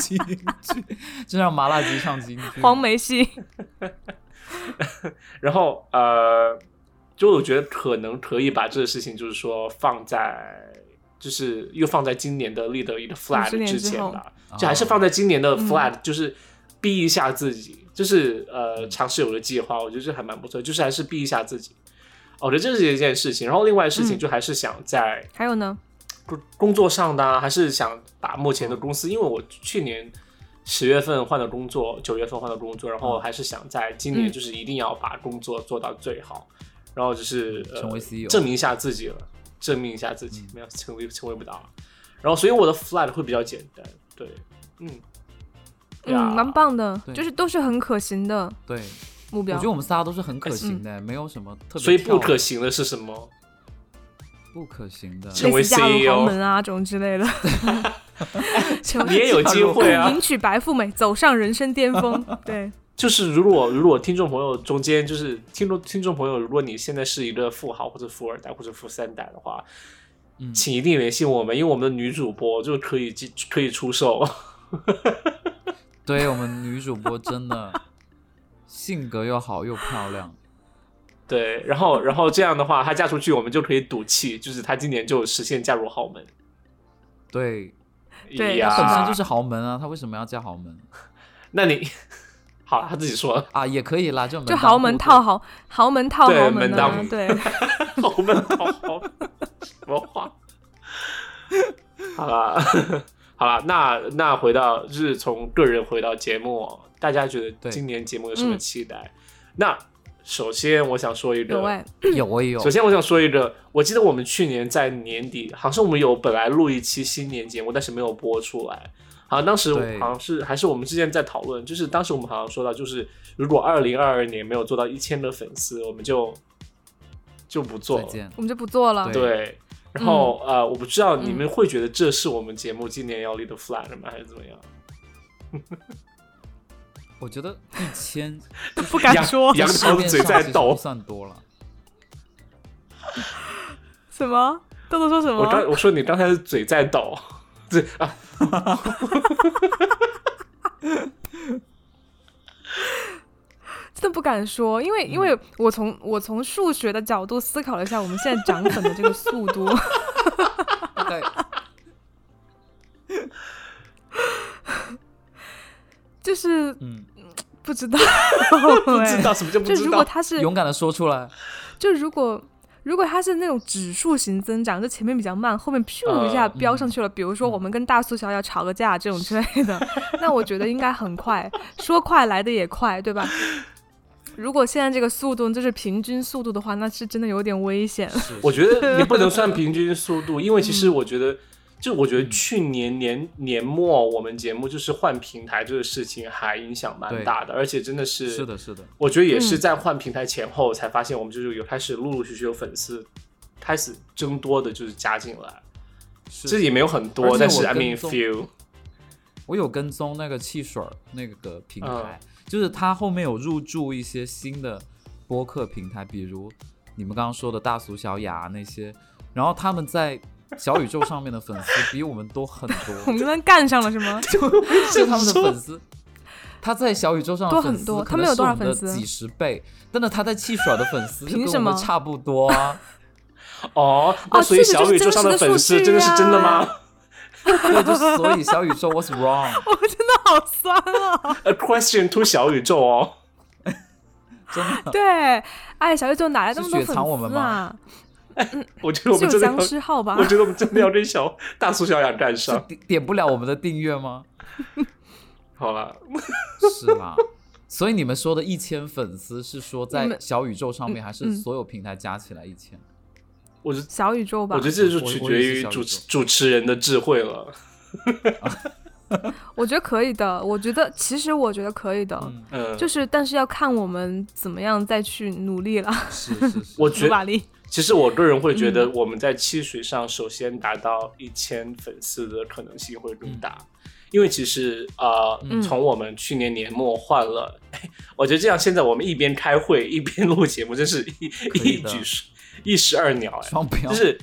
S1: 京剧， *laughs* 就像麻辣鸡唱京剧。
S3: 黄梅戏？
S2: 然后呃，就我觉得可能可以把这个事情，就是说放在，就是又放在今年的立的一个 flag
S3: 50年
S2: 之
S3: 之
S2: 前
S3: 后嗯
S2: 吧，就还是放在今年的 flag，、就是逼一下自己，就是呃尝试有个计划，我觉得这还蛮不错，就是还是逼一下自己。哦我觉得这是一件事情，然后另外事情
S3: 嗯
S2: 就还是想在
S3: 还有呢？
S2: 工工作上的、啊，还是想把目前的公司，因为我去年十月份换的工作，九月份换的工作，然后还是想在今年
S3: 嗯
S2: 就是一定要把工作做到最好，
S1: 嗯
S2: 然后就是、呃、
S1: 成为 CEO
S2: 证明一下自己了，证明一下自己，没有成为成为不到，然后所以我的 flat 会比较简单，对，嗯，呀
S3: 嗯，蛮棒的，
S1: 对
S3: 就是都是很可行的
S1: 对，
S3: 目
S1: 我
S3: 标嗯
S1: 觉得。我们仨都是很可行的，没有什么特别跳的。啊
S2: 所以不可行的是什么？
S1: 不可行的，
S2: 成为 E
S3: 类似嫁入
S2: CEO
S3: 豪门啊，这种之类的。
S2: *laughs*
S3: 成为
S2: 你也有机会
S3: *laughs*
S2: 啊
S3: 迎娶白富美，走上人生巅
S2: *laughs*
S3: 峰。对，
S2: 就是如果如果听众朋友中间就是听众听众朋友，如果你现在是一个富豪或者富二代或者富三代的话，
S1: 嗯
S2: 请一定联系我们，因为我们的女主播就可以进 *laughs* 可以出售。
S1: 对我们女主播真的性格又好又漂亮，
S2: 对，然后然后这样的话，她嫁出去，我们就可以赌气，就是她今年就实现嫁入豪门。
S1: 对，
S3: 对
S2: 呀
S3: 啊
S1: 她本身就是豪门啊，她为什么要嫁豪门
S2: 那你 *laughs* 好了，她自己说了，
S1: 啊？也可以啦，就门
S3: 就
S1: 当
S3: 豪门
S1: 户对
S3: 套豪，豪门套
S2: 对
S3: 豪
S2: 门
S3: 门
S2: 当
S3: 啊
S2: 户，
S3: 对，
S2: *laughs* 豪门好豪，什么话？ *laughs* 好了， *laughs* 好了，那那回到就是从个人回到节目，哦大家觉得
S1: 对
S2: 今年节目有什么
S3: 嗯
S2: 期待？那首先我想说一
S3: 有
S2: 个，
S3: 哎，
S1: *clears throat* 有我也有
S2: 首，先我想说一个，我记得我们去年在年底，好像我们有本来录一期新年节目，但是没有播出来。好，当时
S1: 对
S2: 好像是还是我们之前在讨论，就是当时我们好像说到，就是如果二零二二年没有做到一千的粉丝，我们就就不做
S1: 再
S2: 了。
S1: 见。
S3: 我们就不做了。
S1: 对
S2: 对，然后、
S1: 嗯
S2: 呃，我不知道你们会觉得这是我们节目今年要立的 flag 吗，还是怎么样？
S1: 我觉得一
S2: *laughs*
S1: 千
S3: *laughs* 不敢
S2: 杨
S3: 说
S2: 杨
S1: 市
S2: 桃
S1: 面
S2: 嘴
S1: 上
S2: 在
S1: 其实不
S2: 抖，
S1: 算多了。
S3: 什么？豆豆说
S1: 嗯
S3: 什么？
S2: 我刚我说你刚才嘴在抖，对啊，
S3: 真的不敢说，因为
S2: 嗯
S3: 因为我从我从数学的角度思考了一下我们现在涨粉的这个速度， *laughs*
S1: 大概
S3: 就是
S1: 嗯，
S3: 不知道
S2: *laughs*
S3: *laughs*
S2: 不
S3: 哎
S2: 知道什么叫不
S3: 就
S2: 知
S3: 如
S2: 道。
S3: 果它 *laughs* 是
S1: 勇敢的说出来，
S3: 就如果如果它是那种指数型增长，就前面比较慢，后面咻一下
S2: 呃
S3: 飙上去了。比如说我们跟大苏小小吵个架这种之类的，那我觉得应该很快，说快来的也快，对吧？如果现在这个速度就是平均速度的话，那是真的有点危险。
S1: *laughs*
S2: 我觉得你不能算平均速度，因为其
S1: 嗯
S2: 实我觉得，就我觉得去年年年末我们节目就是换平台这个事情还影响蛮
S1: 对
S2: 大的，而且真的是
S1: 是的，是嗯的，
S2: 我觉得也是在换平台前后才发现，我们就是有开始陆陆续续有粉丝开始增多的，就是加进来，
S1: 是
S2: 这也没有很
S1: 而
S2: 多，
S1: 且
S2: 但是
S1: 我
S2: I mean
S1: 跟踪
S2: few，
S1: 我有跟踪那个汽水儿那个平
S3: 嗯
S1: 台，就是它后面有入驻一些新的播客平台，比如你们刚刚说的大俗小雅那些，然后他们在小宇宙上面的粉丝比我们多很
S3: *laughs* 我
S1: 多，
S3: 们刚刚干上了是吗？
S1: *laughs* 是他们的粉丝。他在小宇宙上的
S3: 多
S1: 粉
S3: 很
S1: 丝
S3: 多
S1: 可
S3: 他们
S1: 能
S3: 有
S1: 是
S3: 多
S1: 我
S3: 少
S1: 们的
S3: 粉丝
S1: 几十倍，但是他在汽水儿的粉丝就
S3: 凭
S1: 跟
S3: 什
S1: 我们
S3: 么 *laughs*
S1: 差不多啊。
S2: 哦，那
S3: 哦
S2: 所以
S3: 这个
S2: 小
S3: 就是
S2: 宇宙上
S3: 真实的
S2: 粉丝
S3: 数据啊
S2: 真的是真的
S3: 呀
S2: 吗？
S1: 对，就是所以小宇宙 what's wrong？
S3: 我真的好酸啊！
S2: A question to 小宇宙哦。
S1: 真的
S3: 对，哎，小宇宙哪来那
S1: 是
S3: 么多
S1: 雪藏我
S3: 粉
S1: 们
S3: 丝啊？
S2: 我觉得我
S3: 是
S2: 们
S3: 有
S2: 真的
S3: 僵
S2: 要，
S3: 尸啊号吧
S2: 我？觉得我们真的要跟小大苏小雅干
S1: 是
S3: *laughs*
S2: 上。
S1: 点点不了我们的订阅吗？
S2: 好了，
S1: 是啦。 *laughs* 所以你们说的一千粉丝是说
S3: 你
S1: 在
S3: 们
S1: 小宇宙上面，还
S3: 嗯
S1: 是所有平台加起来一千？
S2: 我觉得
S3: 小宇宙吧
S2: 我觉得，这就
S1: 我
S2: 取
S1: 我
S2: 决
S1: 也是
S2: 于
S1: 小宇
S2: 主
S1: 宙
S2: 持主持人的智慧了。
S3: 我觉得可以的。我觉得其实我觉得可以的，
S1: 嗯，
S2: 嗯，
S3: 就是但是要看我们怎么样再去努力 *laughs* 了，
S1: 是是是。
S2: 我
S3: 努
S2: 觉
S3: 把力。
S2: 其实我个人会觉
S1: 嗯
S2: 得我们在期许上首先达到一千粉丝的可能性会更大，
S1: 嗯
S2: 因为其实呃，
S3: 嗯
S2: 从我们去年年末换了， *laughs* 我觉得这样现在我们一边开会一边录节目，真是一
S1: 可
S2: 一
S1: 以的
S2: 举一石二鸟哎。
S1: 双标
S2: 就，是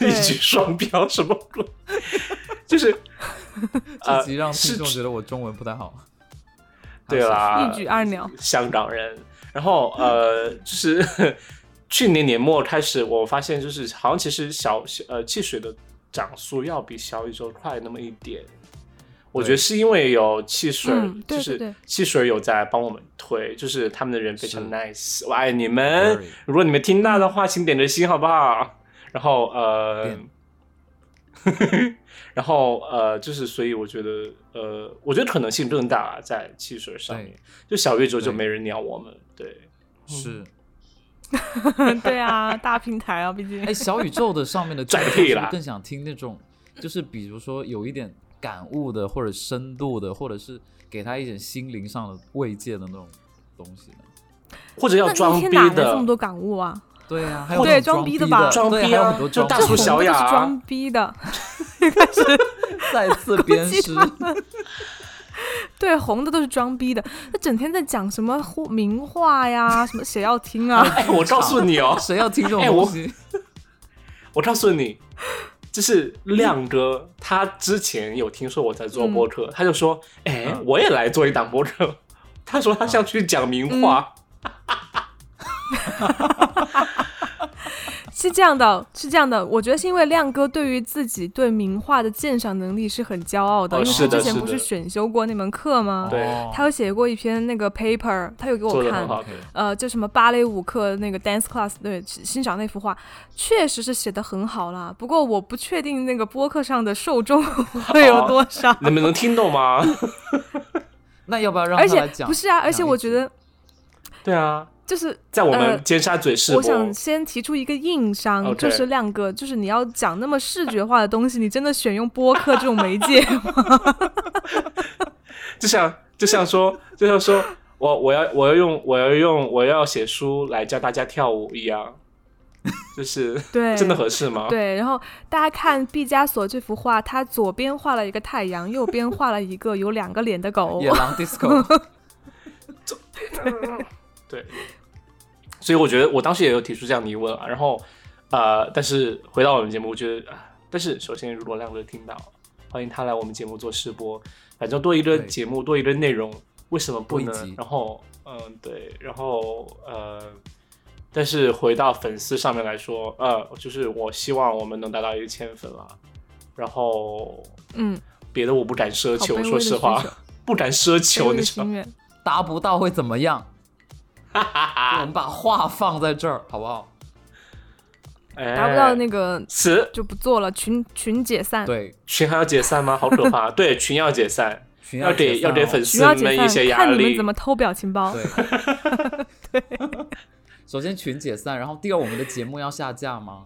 S2: 一举双标什么鬼？
S1: *laughs*
S2: 就是
S1: 这集让
S2: 呃是
S1: 听众觉得我中文不太好。
S2: 对啦，
S3: 一举二鸟， *laughs*
S2: 香港人。然后呃，就是 *laughs* 去年年末开始，我发现就是好像其实小呃汽水的涨速要比小宇宙快那么一点。我觉得是因为有汽水，
S3: 嗯对
S2: 就
S3: 对
S2: 是
S3: 对
S2: 汽水有在帮我们推，就是他们的人非常
S1: 是
S2: nice，我爱你们
S1: Very。
S2: 如果你们听到的话，请点个心好不好？然后呃
S1: 点，
S2: *laughs* 然后呃，就是所以我觉得呃，我觉得可能性更大在汽水上面
S1: 对，
S2: 就小宇宙就
S1: 对
S2: 没人鸟我们，对，
S1: 是，
S3: 对啊，大平台啊，毕竟
S1: 哎，小宇宙的上面的
S2: 拽
S1: 听众是
S2: 屁
S1: 不是
S2: 啦
S1: 更想听那种，就是比如说有一点感悟的，或者深度的，或者是给他一点心灵上的慰藉的那种东西呢？
S2: 或者
S3: 那
S2: 要
S3: 一
S2: 装
S3: 天
S2: 逼
S3: 哪来这么
S2: *laughs* 的，
S3: 多感悟啊？
S1: 对呀，还有
S3: 对
S1: 那种
S3: 装
S1: 装
S3: 逼的
S1: 的
S3: 吧
S2: 装
S1: 对
S2: 逼
S1: 还有
S2: 啊
S1: 很多
S2: 就
S1: 装
S2: 大
S1: 逼
S2: 叔
S1: 的
S2: 小
S3: 我们都
S2: 雅
S3: 是
S2: 啊
S3: 装逼的，
S1: 再
S2: *laughs*
S1: 次鞭尸，
S3: 对，红的都是装逼的，他整天在讲什么呼名话
S2: *laughs*
S3: 呀，什么谁要听啊？
S2: 哎，我告诉你哦，
S1: 谁要听这种
S2: 哎我
S1: 东西？
S2: 我告诉你，就是亮哥，他之前有听说我在
S3: 嗯
S2: 做播客，他就说，哎，
S1: 嗯
S2: 我也来做一档播客。他说他想去讲名话，
S3: 是这样的，是这样的，我觉得是因为亮哥对于自己对名画的鉴赏能力是很骄傲的，
S2: 哦
S3: 因为
S1: 是
S3: 他
S1: 的
S3: 之前
S2: 是
S3: 不
S2: 的
S3: 是选修过那门课吗？
S2: 对
S1: 哦
S3: 他有写过一篇那个 paper，他有给
S2: 做
S3: 我
S2: 的
S3: 看
S2: 很，好。
S3: 呃，就什么芭蕾舞课那个 dance class，对，欣赏那幅画，确实是写的很好啦。不过我不确定那个播客上的受众 *laughs* 会有多少， *laughs*
S2: 你们能听懂吗？ *laughs*
S1: 那要不要让
S3: 而
S1: 他来
S3: 且
S1: 讲？
S3: 不是啊，而且
S1: 讲一
S3: 我觉
S1: 集
S3: 得
S2: 对啊，
S3: 就是
S2: 在我
S3: 呃
S2: 们尖沙咀试
S3: 我
S2: 播，
S3: 想先提出一个硬伤
S2: OK
S3: 就是亮哥，就是你要讲那么视觉化的东西，你真的选用播客这种媒介 *laughs*
S2: 就像就像说，就像说我我要我要用我要用我要写书来教大家跳舞一样，就是
S3: 对，
S2: 真的合适吗？
S3: 对，然后大家看毕加索这幅画，他左边画了一个太阳，右边画了一个有两个脸的
S2: *laughs*
S3: 狗。
S1: 野狼
S3: *laughs*
S1: disco，
S2: 对，所以我觉得我当时也有提出这样的疑问啊，然后呃，但是回到我们节目，我觉得，啊但是首先如果亮哥听到，欢迎他来我们节目做试播，反正多一个
S1: 对
S2: 节目，多一个内容，为什么不呢
S1: 多一集？
S2: 然后，嗯，对，然后呃，但是回到粉丝上面来说，呃，就是我希望我们能达到一千粉啊，然后
S3: 嗯，
S2: 别的我不敢奢
S3: 好卑
S2: 求，
S3: 微
S2: 说
S3: 的
S2: 实
S3: 需
S2: 话
S3: 求，
S2: 不敢奢
S3: 卑
S2: 求，
S3: 微
S2: 你
S3: 的
S2: 知道
S3: 心
S2: 吗？
S3: 愿，
S1: 达不到会怎么样？我们把话放在这儿，好不好？
S3: 达
S2: 达
S3: 不到那个
S2: 哎词
S3: 就不做了，群群解散，
S1: 对，
S2: 群还要解散吗？好可怕！对，群要解散，
S1: 群
S2: 要给
S1: 解散
S2: 要给
S1: 哦
S2: 粉
S3: 群
S2: 丝
S3: 要
S2: 们
S3: 解
S2: 一些
S3: 散，
S2: 压
S3: 看你们
S2: 力
S3: 怎。么偷表情包。
S1: 对对。
S3: *laughs*
S1: 首先群解散，然后第二，我们的节目要下架吗？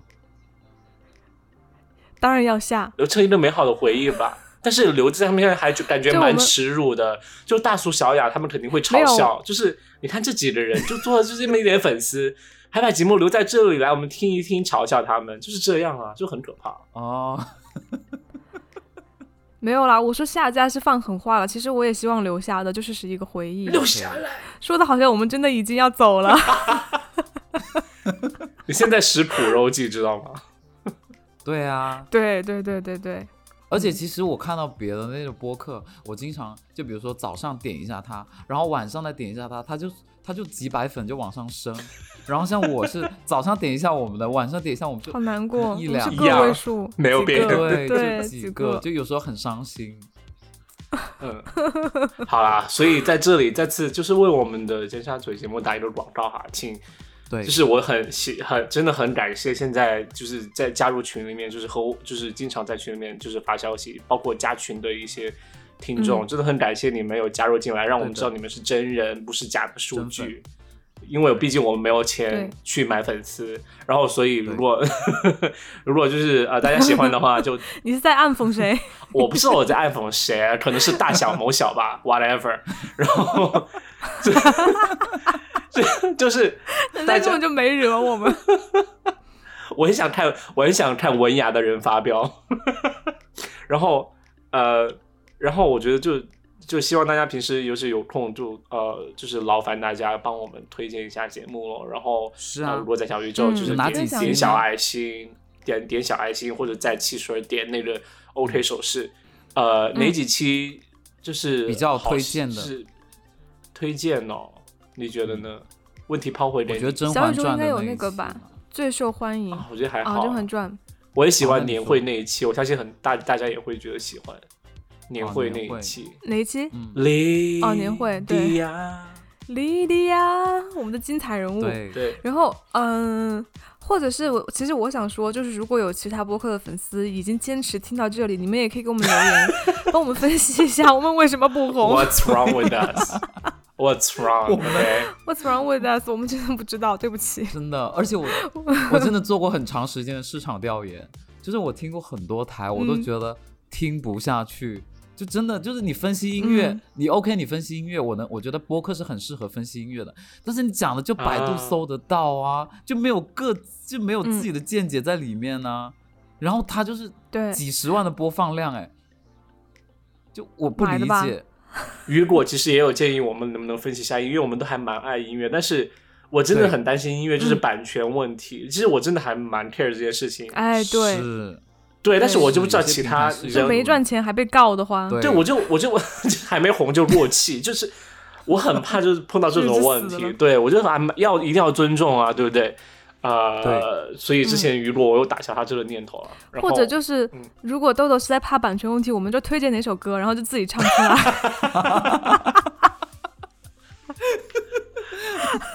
S3: 当然要下，
S2: 留下一个美好的回忆吧。但是留在他们现在还就感觉
S3: 就我
S2: 蛮
S3: 们
S2: 耻辱的，就大苏小雅他们肯定会
S3: 没
S2: 嘲
S3: 有
S2: 笑，就是你看这几个人就做了就这么一点粉丝，还把节目留在这里来我们听一听嘲笑他们，就是这样啊，就很可怕。
S1: 哦，
S3: 没有啦，我说下架是放狠话了，其实我也希望留下的就是是一个回忆，
S2: 留下来，
S3: 说的好像我们真的已经要走了。 *laughs*
S2: 你现在食苦肉计知道吗？
S1: 对啊，
S3: 对对对对对，
S1: 而且其实我看到别的那种播客，我经常就比如说早上点一下它，然后晚上再点一下它，它就它就几百粉就往上升。然后像我是早上点一下我们的，晚上点一下我们就
S3: 好难过，
S1: 一
S3: 不
S1: 两
S3: 是
S2: 一样
S3: 个位数，
S2: 没有
S3: 几
S2: 变
S3: 个
S1: 哎对
S3: 对
S1: 就
S3: 几
S1: 几
S3: 个
S1: 个，就有时候很伤心。
S2: 嗯，好啦，所以在这里再次就是为我们的尖沙咀节目打一个广告哈，请
S1: 对，
S2: 就是我很喜很真的很感谢现在就是在加入群里面，就是和我就是经常在群里面就是发消息，包括加群的一些听众，真的很感谢你们有加入进来，让我们
S1: 嗯对的
S2: 知道你们是真人，不是假的数
S1: 真
S2: 据。因为毕竟我们没有钱
S3: 对
S2: 去买粉丝，然后所以如果 *laughs* 如果就是呃大家喜欢的
S1: *laughs*
S2: 话，就
S3: 你是在暗
S2: *laughs*
S3: 讽谁？
S2: 我不知道我在暗讽谁啊，可能是大小某小吧，whatever。然后 *laughs* 这这就是 *laughs*
S3: 人
S2: 大家
S3: 家根本就没惹
S2: *laughs*
S3: 我们。
S2: 我很想看，我很想看文雅的人发飙。 *laughs* 然后呃，然后我觉得就就希望大家平时有是有空就呃就是劳烦大家帮我们推荐一下节目咯。然后
S1: 是啊
S2: 呃如果在小宇宙
S3: 嗯
S2: 就是
S1: 有哪
S2: 点
S1: 几
S2: 点
S1: 集
S2: 小
S1: 呢
S2: 爱心，点点小爱心，或者在汽水点那
S1: 嗯
S2: 个 OK 手势。呃，哪
S3: 嗯
S2: 几期就是
S1: 比较
S2: 好
S1: 推荐的嗯
S2: 是推荐哦？你觉得呢？问题抛回给
S1: 我
S2: 你
S1: 觉得《甄
S3: 小
S1: 嬛
S3: 宇宙
S1: 传》
S3: 应该
S1: 的
S3: 有
S1: 那
S3: 那
S1: 一
S3: 个
S1: 期
S3: 吧
S1: 嘛
S3: 最受欢迎
S2: 啊，我觉得还
S3: 啊，
S2: 好，
S3: 甄嬛传，
S2: 我也喜
S1: 好
S2: 欢
S1: 哦那你
S2: 年
S1: 说
S2: 会那一期，我相信很大大家也会觉得喜欢年
S1: 哦
S2: 会那
S1: 年
S2: 一
S1: 会
S2: 期。
S3: 哪一期？
S1: 嗯，
S2: 零
S3: 哦年会对
S2: 呀，
S3: 莉莉娅，我们的精彩人物。
S1: 对，
S2: 对，
S3: 然后，嗯，或者是我，其实我想说，就是如果有其他播客的粉丝已经坚持听到这里，你们也可以给我们留言，帮我们分析一下我们为什么不红
S2: What's wrong with us? What's wrong?
S1: *laughs* 我
S2: OK，
S3: ，What's wrong with us？我们真的不知道，对不起。
S1: 真的，而且
S3: *laughs*
S1: 我我真的做过很长时间的市场调研，就是我听过很多台，我都
S3: 嗯
S1: 觉得听不下去，就真的就是你分析音乐，
S3: 嗯
S1: 你 OK，你分析音乐，我能，我觉得播客是很适合分析音乐的，但是你讲的就百度
S2: 啊
S1: 搜得到啊，就没有个就没有
S3: 嗯
S1: 自己的见解在里面呢、然后它就是
S3: 对，
S1: 几十万的播放量，哎，就我不
S3: 买
S1: 理
S3: 的吧
S1: 解，
S2: 雨果其实也有建议我们能不能分析一下音乐，我们都还蛮爱音乐，但是我真的
S1: 对
S2: 很担心音乐就是
S3: 嗯
S2: 版权问题。其实我真的还蛮 care 这件事情，
S3: 哎，对，
S1: 是，
S2: 对，但是
S3: 对
S2: 我就不
S1: 是
S2: 知道
S1: 有些
S2: 其
S1: 平
S2: 他
S1: 台是有
S2: 人
S3: 就没赚钱还被告的话，
S1: 对
S2: 对，我就我就我 *laughs* 就还没红就过气，就是我很怕就是碰到这种问
S3: 日子死
S2: 题
S3: 了，
S2: 对我就还蛮要一定要尊重啊，对不对？啊、
S1: 对
S2: 所以之前雨果我又打消他这个念头了，然后
S3: 嗯或者就是
S2: 嗯
S3: 如果豆豆实在怕版权问题，我们就推荐哪首歌，然后就自己唱出来。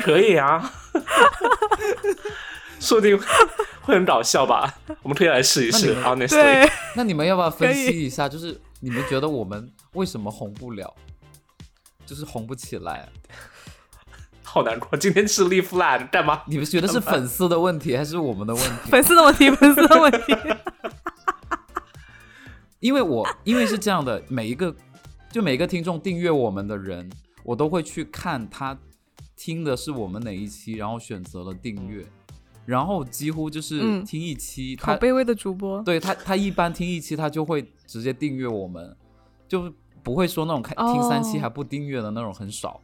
S2: 可以啊， *laughs* 说不定会很搞笑吧？我们可以来试一试
S1: 那你
S2: ，honestly，
S3: 对，
S1: 那你们要不要分析
S3: 可以
S1: 一下？就是你们觉得我们为什么红不了？就是红不起来？
S2: 好难过。今天吃 leaf flat 干嘛？
S1: 你们觉得是粉丝的问题，还是我们的问题？
S3: 粉丝的问题，粉丝的
S1: *laughs*
S3: 问题。
S1: 因为我因为是这样的，每一个就每一个听众订阅我们的人，我都会去看他听的是我们哪一期，然后选择了订阅，然后几乎就是
S3: 嗯
S1: 听一期，
S3: 好
S1: 他
S3: 卑微的主播，
S1: 对他他一般听一期他就会直接订阅我们，就是不会说那种看听三期
S3: 哦
S1: 还不订阅的那种很少。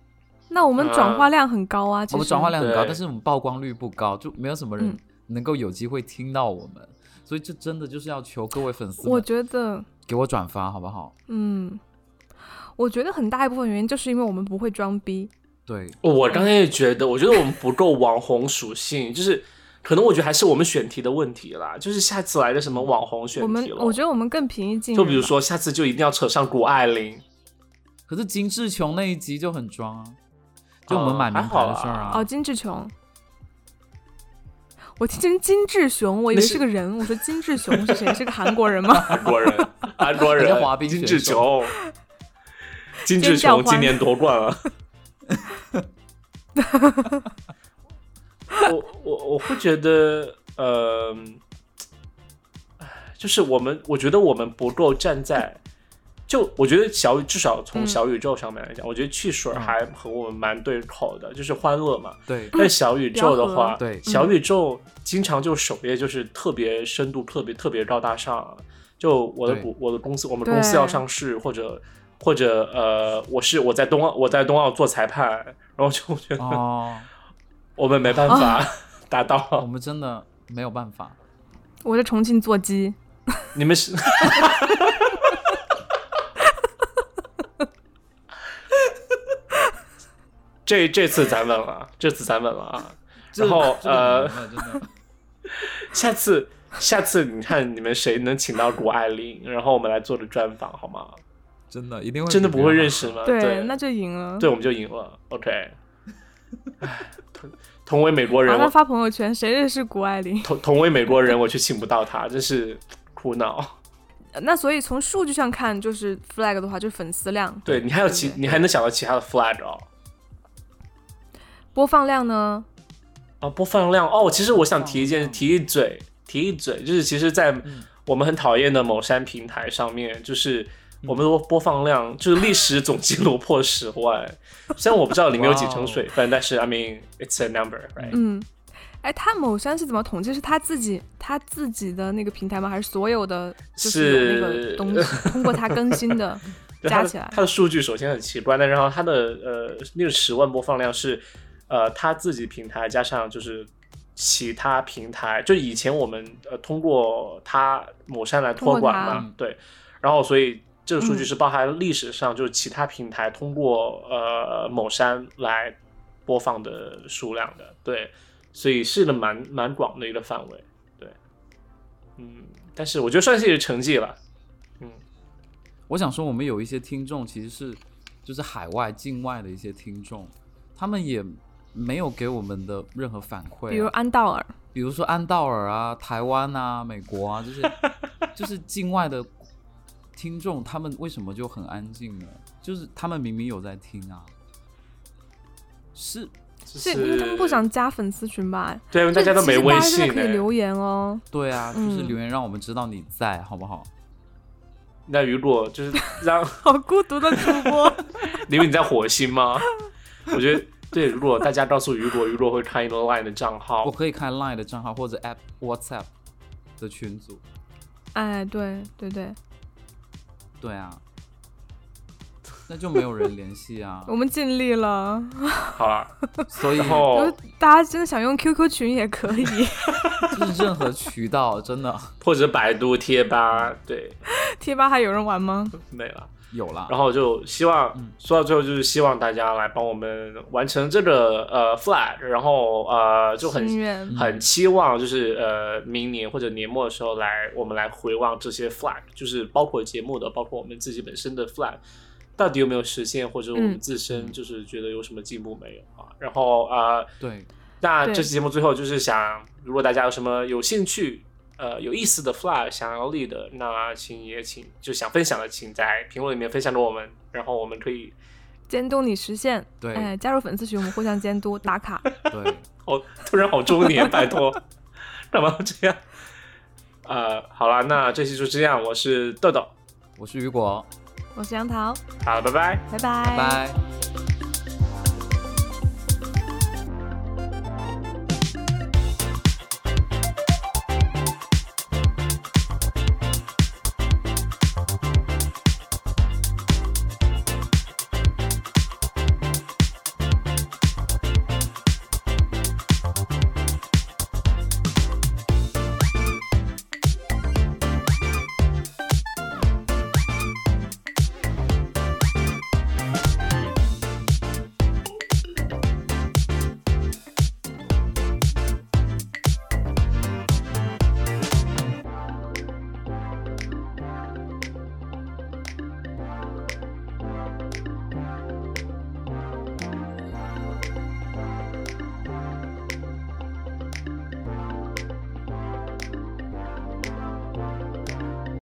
S3: 那我们转化量很高啊，其
S1: 我们
S3: 实
S1: 转化量很高，
S2: 对
S1: 但是我们曝光率不高，就没有什么人
S3: 嗯
S1: 能够有机会听到我们，所以这真的就是要求各位粉丝
S3: 我
S1: 们
S3: 觉得，
S1: 给我转发好不好？
S3: 嗯，我觉得很大一部分原因就是因为我们不会装逼，
S1: 对，
S2: 我刚才也觉得，我觉得我们不够网红属性，就是可能我觉得还是我们选题的问题啦，就是下次来的什么网红选
S3: 我们
S2: 题了，
S3: 我觉得我们更平
S1: 嗯
S3: 易近人
S2: 就
S3: 吧。
S2: 比如说下次就一定要扯上谷爱
S1: *laughs*
S2: 凌，
S1: 可是金志琼那一集就很装啊，就我们
S2: 哦
S1: 买名
S2: 还好
S1: 牌的事儿
S2: 啦
S1: 啊。
S3: 哦，金志雄，我听成金志雄，我以
S2: 那
S3: 为
S2: 是
S3: 是个人，我说金志雄是谁？是个韩国
S2: *laughs*
S3: 人吗？
S2: 韩国人，韩国
S1: 人
S2: 人
S1: 家滑，冰
S2: 金
S1: 选
S2: 志
S1: 手
S2: 琼，金
S3: 尖
S2: 志
S3: 叫
S2: 琼今
S3: 欢
S2: 年夺
S1: *laughs*
S2: 冠了。我我我会觉得，呃，就是我们，我觉得我们不够站在，就我觉得小至少从
S3: 嗯
S2: 小宇宙上面来讲，我觉得汽水
S1: 嗯
S2: 还和我们蛮对口的，就是欢乐嘛。
S1: 对，
S2: 但小宇宙的话，
S3: 聊
S1: 盒对
S2: 小宇宙经常就首页就是特别深度、特别特别高大上。啊就我的
S1: 对
S2: 股，我的公司，我们
S3: 对
S2: 公司要上市，或者或者呃，我是我在冬奥，我在冬奥做裁判，然后就觉得
S1: 哦，
S2: 我们没办法 *laughs* 达
S1: 我
S2: 到。
S1: 们真的没有办法。
S3: 我在重庆做鸡，
S2: 你们是这这次咱稳了，这次咱稳了啊！
S1: 这
S2: *laughs* 然后
S1: 这
S2: 呃
S1: 个。很难
S2: *laughs*
S1: 的真的，
S2: 下次，下次你看你们谁能请到谷爱凌， *laughs* 然后我们来做个专访好吗？
S3: 哦
S1: 真的一定会
S2: 真的不会认
S1: 识。
S2: 识吗？
S3: 对，
S2: 啊对，
S3: 那就赢了。
S2: 对我们就赢了。OK，唉同同为美国人，
S3: 然后他
S2: 我
S3: 发朋友圈，谁认识谷爱凌？ *laughs*
S2: 同同为美国人，我却请不到她，真是苦恼。
S3: 那所以从数据上看，就是 flag 的话，就是粉丝量、
S2: 对你还有其
S3: 对，
S2: 你还能想到其他的 flag 哦？
S3: 播放量呢？
S2: 啊，播放量哦，其实我想提一件，
S1: 嗯
S2: 提一嘴，提一嘴，就是其实，在我们很讨厌的某山平台上面，就是我们的播放量就是历史总记录破十万，虽然我不知道里面有几成水分，但是 I mean it's a number right？
S3: 嗯，哎，他某山是怎么统计？是他自己他自己的那个平台吗？还是所有的就是有那
S2: 是
S3: 个东西通过他更新 *laughs* 的
S2: 就它
S3: 加
S2: 的
S3: 起来？
S2: 它的数据首先很奇怪，但然后它的呃那个十万播放量是呃他自己平台加上就是。其他平台就以前我们呃通过它某山来托管
S3: 通过
S2: 嘛
S1: 它，
S2: 对，然后所以这个数据
S3: 嗯
S2: 是包含历史上就是其他平台通过呃某山来播放的数量的，对，所以是个蛮蛮广的一个范围，对，嗯，但是我觉得算是一个成绩了，嗯，
S1: 我想说，我们有一些听众其实是就是海外、境外的一些听众，他们也没有给我们的任何反馈啊、
S3: 比如安道尔，
S1: 比如说安道尔啊、台湾啊、美国啊，这些就是 *laughs* 境外的听众，他们为什么就很安静呢？就是他们明明有在听啊，是
S3: 是因为他们不想加粉丝群吧？
S2: 对，大家都没
S3: 这其实
S2: 微
S3: 大家真
S2: 信哎
S3: 的可以
S2: 呢。
S3: 留言哦。
S1: 对啊，就
S3: 嗯
S1: 是留言让我们知道你在，好不好？
S2: 那如果就是
S3: *laughs*
S2: 让
S3: *laughs* 好孤独的主播，
S2: 因为你在火星吗？我觉得对，如果大家告诉雨果，雨果会开一个 Line 的账
S1: 我
S2: 号，
S1: 可以开 Line 的账号或者 App WhatsApp 的群组，
S3: *laughs* 哎，对对对，，
S1: 对啊，那就没有人联系啊
S3: *laughs* 我们尽力了。
S2: 好了，
S1: 所以
S2: 然
S3: 如
S2: 后
S3: 果大家真的想用 QQ 群也可以， *laughs*
S1: 就是任何渠道真的
S2: 或者百度贴吧，对，
S3: 贴吧还有人玩吗？
S2: 没了。
S1: 有啦。
S2: 然后就希望
S1: 嗯
S2: 说到最后，就是希望大家来帮我们完成这个呃 flag，然后呃就很
S3: 心愿
S2: 很期望就是呃明年或者年末的时候来，我们来回望这些 flag，就是包括节目的，包括我们自己本身的 flag，到底有没有实现，或者我们
S3: 嗯
S2: 自身
S1: 嗯
S2: 就是觉得有什么进步没有啊？然后呃，
S1: 对，
S2: 那
S3: 对
S2: 这期节目最后就是想，如果大家有什么有兴趣。呃，有意思的 flag 想要立的，那请也请就想分享的，请在评论里面分享给我们，然后我们可以
S3: 监督你实现。
S1: 对
S3: 哎，加入粉丝群，我们互相监督打卡。
S1: 对，
S2: 哦，突然好中年，拜托， *laughs* 干嘛这样？呃，好了，那这期就这样，我是豆豆，
S1: 我是雨果，
S3: 我是杨桃，
S2: 好，拜拜。
S3: 拜拜
S1: 拜拜。